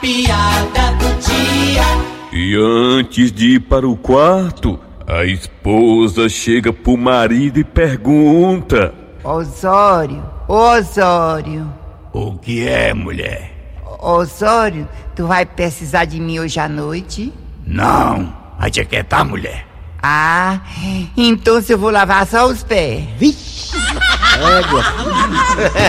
piada do dia. E antes de ir para o quarto, a esposa chega pro marido e pergunta: Osório, Osório, O que é, mulher? Osório, tu vai precisar de mim hoje à noite? Não, vai te aquietar, mulher. Ah, então se eu vou lavar só os pés.